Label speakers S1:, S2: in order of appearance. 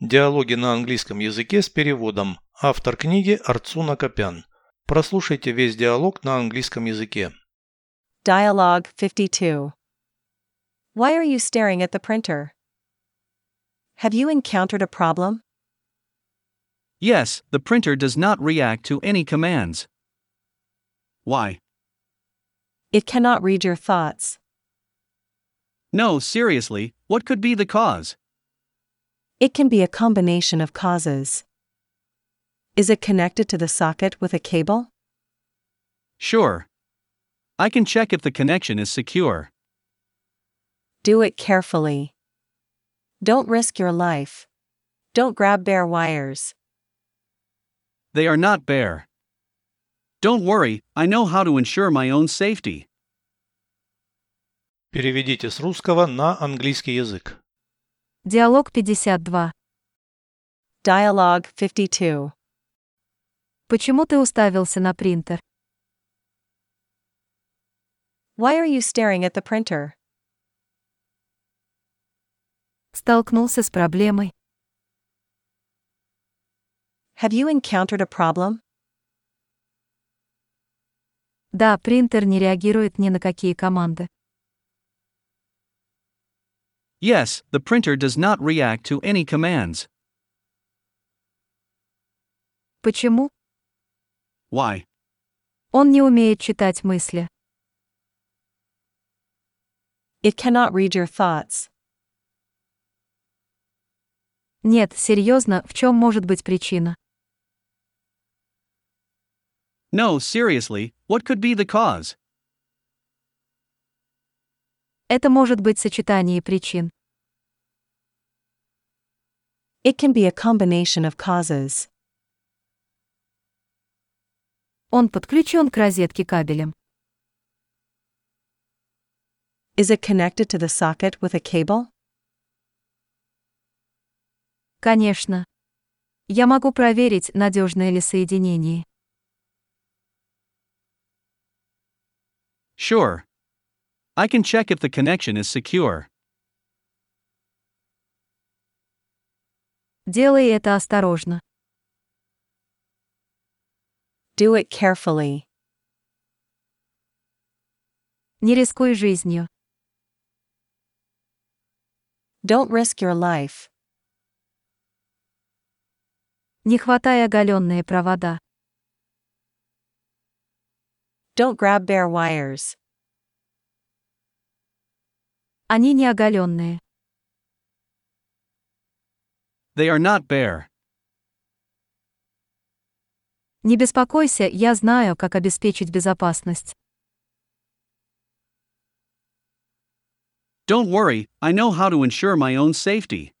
S1: Диалоги на английском языке с переводом. Автор книги Арцуна Копян. Прослушайте весь диалог на английском языке.
S2: Dialogue 52. Why are you staring at the printer? Have you encountered a problem?
S3: Yes, the printer does not react to any commands. Why?
S2: It cannot read your thoughts.
S3: No, seriously, what could be the cause?
S2: It can be a combination of causes. Is it connected to the socket with a cable?
S3: Sure. I can check if the connection is secure.
S2: Do it carefully. Don't risk your life. Don't grab bare wires.
S3: They are not bare. Don't worry, I know how to ensure my own safety.
S1: Переведите с русского на английский язык.
S4: Диалог 52.
S2: Dialogue 52.
S4: Почему ты уставился на принтер?
S2: Why are you staring at the printer?
S4: Столкнулся с проблемой.
S2: Have you encountered a problem?
S4: Да, принтер не реагирует ни на какие команды.
S3: Yes, the printer does not react to any commands.
S4: Почему?
S3: Why?
S4: Он не умеет читать мысли.
S2: It cannot read your thoughts.
S4: Нет, серьезно, в чем может быть причина?
S3: No, seriously, what could be the cause?
S4: Это может быть сочетание причин.
S2: It can be a combination of causes.
S4: Он подключен к розетке кабелем.
S2: Is it connected to the socket with a cable?
S4: Конечно. Я могу проверить, надежное ли соединение.
S3: Sure. I can check if the connection is secure.
S4: Делай это осторожно.
S2: Do it carefully.
S4: Не рискуй жизнью.
S2: Don't risk your life.
S4: Не хватай оголенные провода.
S2: Don't grab bare wires.
S4: Они не оголенные.
S3: They are not bare.
S4: Не беспокойся, я знаю, как обеспечить безопасность.
S3: Don't worry, I know how to ensure my own safety.